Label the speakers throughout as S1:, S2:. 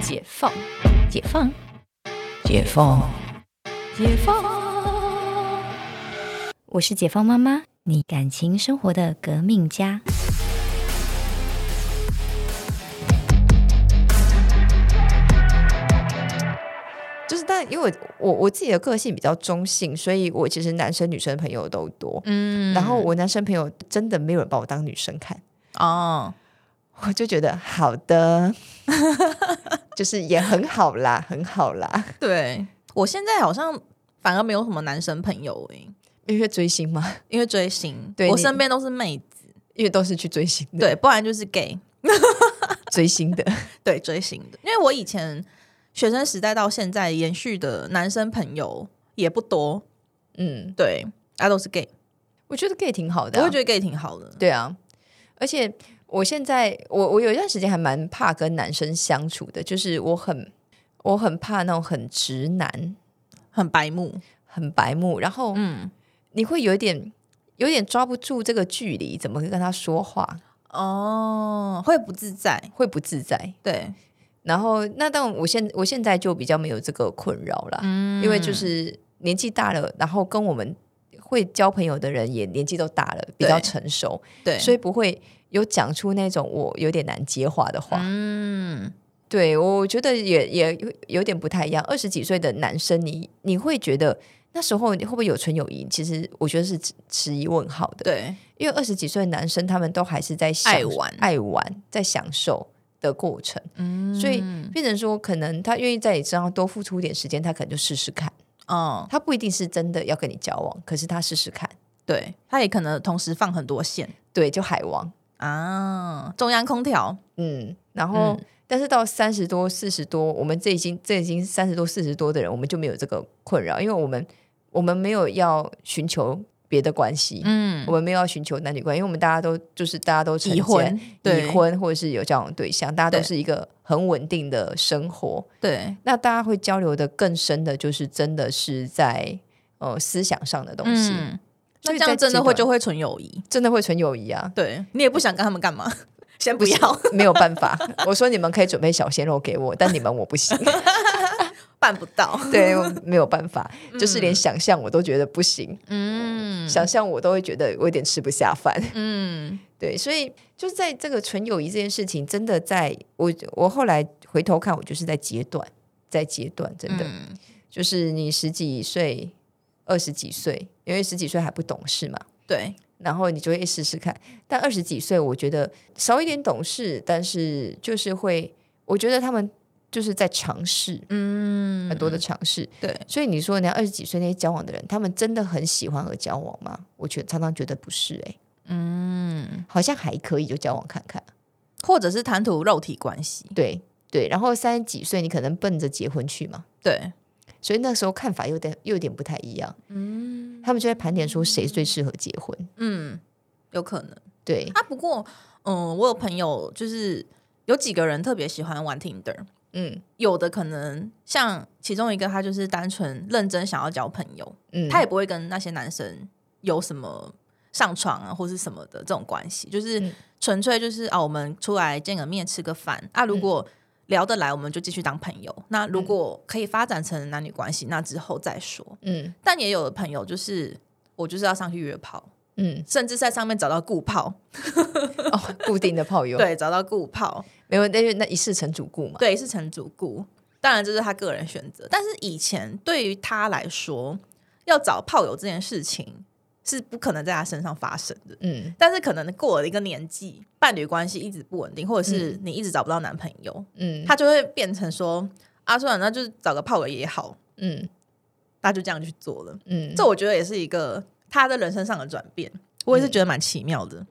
S1: 解放，解放，解放，解放。
S2: 我是解放妈妈，你感情生活的革命家。
S3: 就是但因为我我我自己的个性比较中性，所以我其实男生女生朋友都多。
S1: 嗯
S3: 然后我男生朋友真的没有人把我当女生看，
S1: 哦，
S3: 我就觉得好 的，就是也很好啦，很好啦。
S1: 对我现在好像反而没有什么男生朋友诶、
S3: 因为追星嘛，
S1: 因为追星，
S3: 对
S1: 我
S3: 你
S1: 身边都是妹子，
S3: 因为都是去追星的，
S1: 对，不然就是 gay，
S3: 追星的。
S1: 对追星的。因为我以前学生时代到现在延续的男生朋友也不多，
S3: 嗯，
S1: 对，啊都是 gay，
S3: 我觉得 gay 挺好的、
S1: 我
S3: 啊，
S1: 会觉得 gay 挺好的。
S3: 对啊，而且我现在我我有一段时间还蛮怕跟男生相处的，就是我很我很怕那种很直男、
S1: 很白目，
S3: 很白目，然后
S1: 嗯，
S3: 你会有一点有点抓不住这个距离，怎么跟他说话
S1: 哦，会不自在，
S3: 会不自在。
S1: 对，
S3: 然后那但我现我现在就比较没有这个困扰啦，
S1: 嗯
S3: 因为就是年纪大了，然后跟我们会交朋友的人也年纪都大了，比较
S1: 对
S3: 成熟，
S1: 对，
S3: 所
S1: 以
S3: 以不会有讲出那种我有点难接话的话。
S1: 嗯，
S3: 对，我觉得也也有有点不太一样。二十几岁的男生你，你会觉得那时候你会不会有纯友谊？其实我觉得是持持疑问号的，
S1: 对，
S3: 因为二十几岁的男生他们都还是在享
S1: 爱玩
S3: 爱玩，在享受的过程，
S1: 嗯
S3: 所以变成说，可能他愿意在你身上多付出一点时间，他可能就试试看。
S1: 哦，
S3: 他不一定是真的要跟你交往，可是他试试看，
S1: 对，他也可能同时放很多线
S3: 对，就海王。
S1: 啊，中央空调，
S3: 嗯，然后、
S1: 嗯
S3: 但是到三十多、四十多，我们这已经这已经三十多、四十多的人，我们就没有这个困扰，因为我们我们没有要寻求别的关系，
S1: 嗯
S3: 我，们没有要寻求男女关系，因为我们大家都就是大家都成
S1: 已
S3: 家
S1: 婚、，对
S3: 已，婚或者是有交往对象，大家都
S1: 对
S3: 是一个很稳定的生活。
S1: 对，
S3: 那大家会交流的更深的，就是真的是在呃思想上的东西，
S1: 嗯
S3: 所
S1: 那这
S3: 以在
S1: 样真
S3: 这
S1: 的会
S3: 段
S1: 就会纯友谊，
S3: 真的会纯友谊啊。
S1: 对你也不想跟他们干嘛， 先不
S3: 不是
S1: 要
S3: 没有办法， 我说你们可以准备小鲜肉给我，但你们我不行。
S1: 办不到，
S3: 对，我没有办法，就是连想象我都觉得不行，
S1: 嗯
S3: 想象我都会觉得我有点吃不下饭。
S1: 嗯，
S3: 对，所以就在这个纯友谊这件事情，真的在我我后来回头看，我就是在阶段，在阶段，真的、
S1: 嗯
S3: 就是你十几岁、二十几岁，因为十几岁还不懂事嘛。
S1: 对，
S3: 然后你就会试试看，但二十几岁，我觉得少一点懂事，但是就是会，我觉得他们就是在尝试
S1: 嗯
S3: 很多的尝试，
S1: 对，
S3: 所以你说，人家二十几岁那些交往的人，他们真的很喜欢和交往吗？我觉得常常觉得不是、欸，
S1: 嗯，
S3: 好像还可以就交往看看。
S1: 或者是谈吐肉体关系，
S3: 对对，然后三十几岁，你可能奔着结婚去嘛，
S1: 对，
S3: 所以那时候看法有点又有点不太一样。
S1: 嗯
S3: 他们就在盘点说谁最适合结婚。
S1: 嗯，有可能。
S3: 对，
S1: 啊，不过，嗯，我有朋友就是有几个人特别喜欢玩 Tinder，
S3: 嗯
S1: 有的可能像其中一个，他就是单纯认真想要交朋友，
S3: 嗯，
S1: 他也不会跟那些男生有什么上床啊或是什么的这种关系，就是
S3: 嗯
S1: 纯粹就是啊，我们出来见个面吃个饭啊，如果聊得来，我们就继续当朋友。那如果可以发展成男女关系，那之后再说。
S3: 嗯
S1: 但也有的朋友就是我就是要上去约炮，
S3: 嗯
S1: 甚至在上面找到固炮，
S3: 哦，固定的炮友，，
S1: 对，找到固炮，
S3: 没有，那就那一世成主顾嘛。
S1: 对，是成主顾。当然这是他个人选择，但是以前对于他来说，要找炮友这件事情是不可能在他身上发生的。
S3: 嗯
S1: 但是可能过了一个年纪，伴侣关系一直不稳定，或者是你一直找不到男朋友，
S3: 嗯，
S1: 他就会变成说啊，算了，那就是找个炮友也好，
S3: 嗯
S1: 他就这样去做了。
S3: 嗯，
S1: 这我觉得也是一个他的人生上的转变，我
S3: 嗯
S1: 也是觉得蛮奇妙的。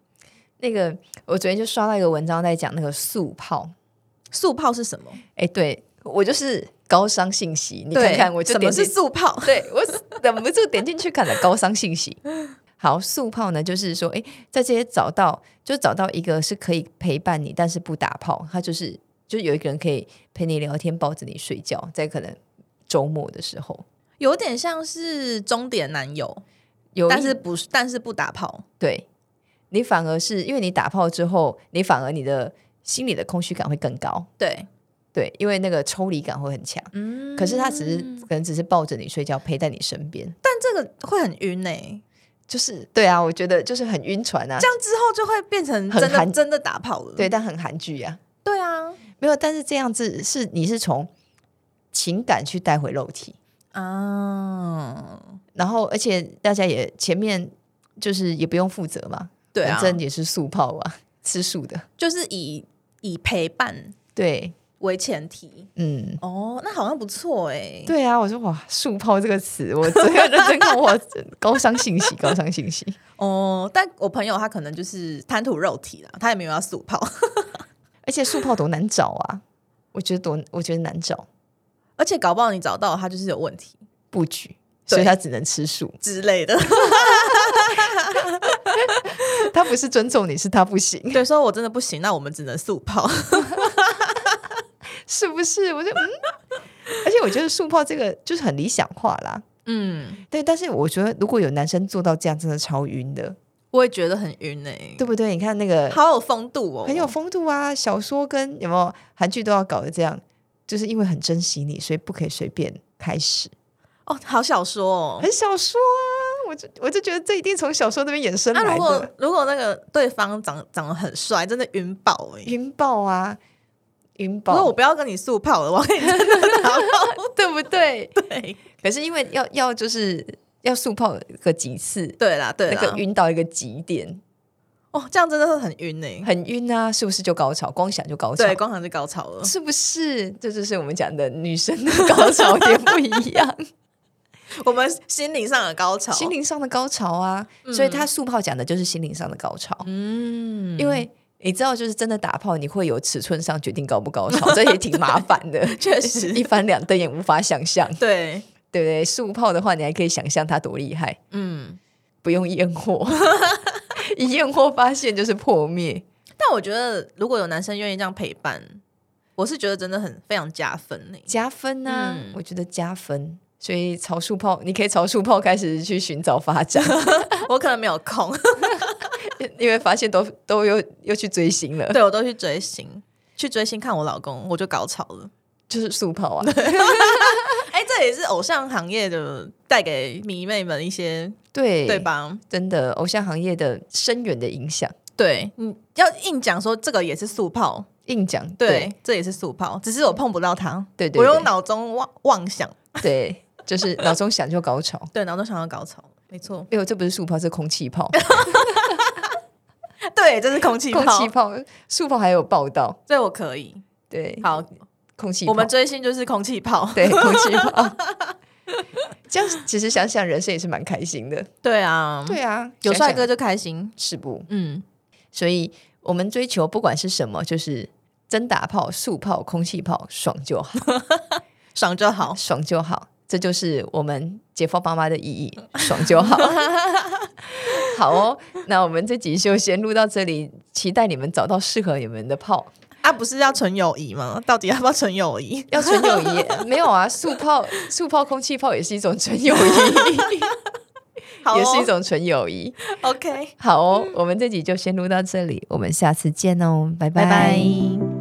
S3: 那个我昨天就刷到一个文章在讲那个速炮，
S1: 速炮是什么？
S3: 哎，对我就是高商信息，你看看我就
S1: 什么
S3: 点
S1: 是
S3: 进，
S1: 速炮？
S3: 对我忍不住点进去看了高商信息。好，速泡呢，就是说，哎，在这些找到，就找到一个是可以陪伴你，但是不打炮，他就是就有一个人可以陪你聊天，抱着你睡觉，在可能周末的时候，
S1: 有点像是终点男友，
S3: 有一
S1: 但是不是，但是不打炮。
S3: 对你反而是因为你打炮之后，你反而你的心里的空虚感会更高，
S1: 对，
S3: 对，因为那个抽离感会很强。
S1: 嗯
S3: 可是他只是可能只是抱着你睡觉，陪在你身边，
S1: 但这个会很晕哎、
S3: 就是对啊，我觉得就是很晕船啊
S1: 这。样之后就会变成真
S3: 很
S1: 的
S3: 寒
S1: 真的打炮了。
S3: 对，但很韩剧啊，
S1: 对啊，
S3: 没有。但是这样子是你是从情感去带回肉体，
S1: 啊，
S3: 然后而且大家也前面就是也不用负责嘛，
S1: 对啊，
S3: 反正也是素泡啊，吃素的。
S1: 就是以以陪伴
S3: 对，
S1: 为前提。
S3: 嗯，
S1: 哦，那好像不错哎、
S3: 对啊，我说哇，素泡这个词，我真的认真看我高伤信息，高伤信息。
S1: 哦，但我朋友他可能就是贪图肉体啦，他也没有要素泡，
S3: 而且素泡多难找啊，我觉得多，我觉得难找
S1: 而且搞不好你找到他就是有问题
S3: 布局，
S1: 对
S3: 所以他只能吃素。
S1: 之类 的。
S3: 他不是尊重你，是他不行，
S1: 对，说我真的不行，那我们只能素泡。
S3: 是不是？我就嗯， 而且我觉得素泡这个就是很理想化啦。
S1: 嗯，
S3: 对，但是我觉得如果有男生做到这样，真的超晕的，
S1: 我也觉得很晕哎、
S3: 对不对？你看那个
S1: 好有风度哦，
S3: 很有风度啊，小说跟有没有韩剧都要搞得这样，就是因为很珍惜你，所以不可以随便开始。
S1: 哦，好小说哦。
S3: 很小说啊，我就我就觉得这一定从小说那边衍生
S1: 那、
S3: 来
S1: 啊如果
S3: 的，
S1: 如果那个对方长长得很帅，真的晕爆哎、欸！
S3: 云豹啊，云
S1: 不过我
S3: 豹，
S1: 不要跟你素泡了，我要跟你真的打炮。
S3: 对不对？
S1: 对
S3: 可是因为要要就是要速泡个几次，
S1: 对啦，对
S3: 那
S1: 啦，
S3: 个晕到一个极点，
S1: 哦，这样真的会很晕哎、
S3: 很晕啊，是不是就高潮？光想就高潮，
S1: 对，光想就高潮了。
S3: 是不是？这就是我们讲的女生的高潮点不一 样，
S1: 我们心灵上的高潮，
S3: 心灵上的高潮啊。所以他速泡讲的就是心灵上的高潮，
S1: 嗯，
S3: 因为。你知道，就是真的打炮，你会有尺寸上决定高不 高潮，这也挺麻烦的。
S1: 确实
S3: 一翻两瞪眼无法想象，
S1: 对，
S3: 对不对？速泡的话，你还可以想象它多厉害，
S1: 嗯，
S3: 不用 验货，一验货发现就是破灭。
S1: 但我觉得如果有男生愿意这样陪伴，我是觉得真的很非常加分呢、欸
S3: 加分呢、
S1: 嗯
S3: 我觉得加分。所以朝速泡，你可以朝速泡开始去寻找发 展，
S1: 我可能没有空，
S3: 因为发现都都又又去追星了，
S1: 对我都去追星，去追星看我老公，我就高潮了。
S3: 就是速泡 啊。
S1: 哎，这也是偶像行业的带给迷妹们一些
S3: 对
S1: 对？吧？
S3: 真的，偶像行业的深远的影响，
S1: 对，你要硬讲说这个也是速泡，
S3: 硬讲
S1: 对，这也是速泡，只是我碰不到他，
S3: 对对
S1: 我用
S3: 对
S1: 脑中妄妄想，
S3: 对对，就是脑中想就高潮。
S1: 对，脑中想要高潮，没 错，
S3: 没有，这不是速泡，这是空气泡，
S1: 对，这是空气
S3: 空
S1: 泡，
S3: 气泡，速泡还有报道，
S1: 所以我可以。
S3: 对，
S1: 好，
S3: 空气泡，
S1: 我们追星就是空气泡，
S3: 对，空气炮。 这样其实想想，人生也是蛮开心的。
S1: 对啊，
S3: 对啊，
S1: 有帅
S3: 想
S1: 哥
S3: 想
S1: 就开心，
S3: 是不？
S1: 嗯，
S3: 所以我们追求不管是什么，就是真打炮、速炮、空气炮，爽就好，
S1: 爽就好。
S3: 爽就好。这就是我们解放爸妈的意义，爽就好。好哦，那我们这集就先录到这里，期待你们找到适合你们的炮。
S1: 啊，不是要纯友谊吗？到底要不要纯友谊？
S3: 要纯友谊没有啊？速炮、速炮、空气炮也是一种纯友谊，
S1: 好哦
S3: 也是一种纯友谊。
S1: OK，
S3: 好哦，我们这集就先录到这里，我们下次见哦，拜
S1: 拜
S3: 拜
S1: 拜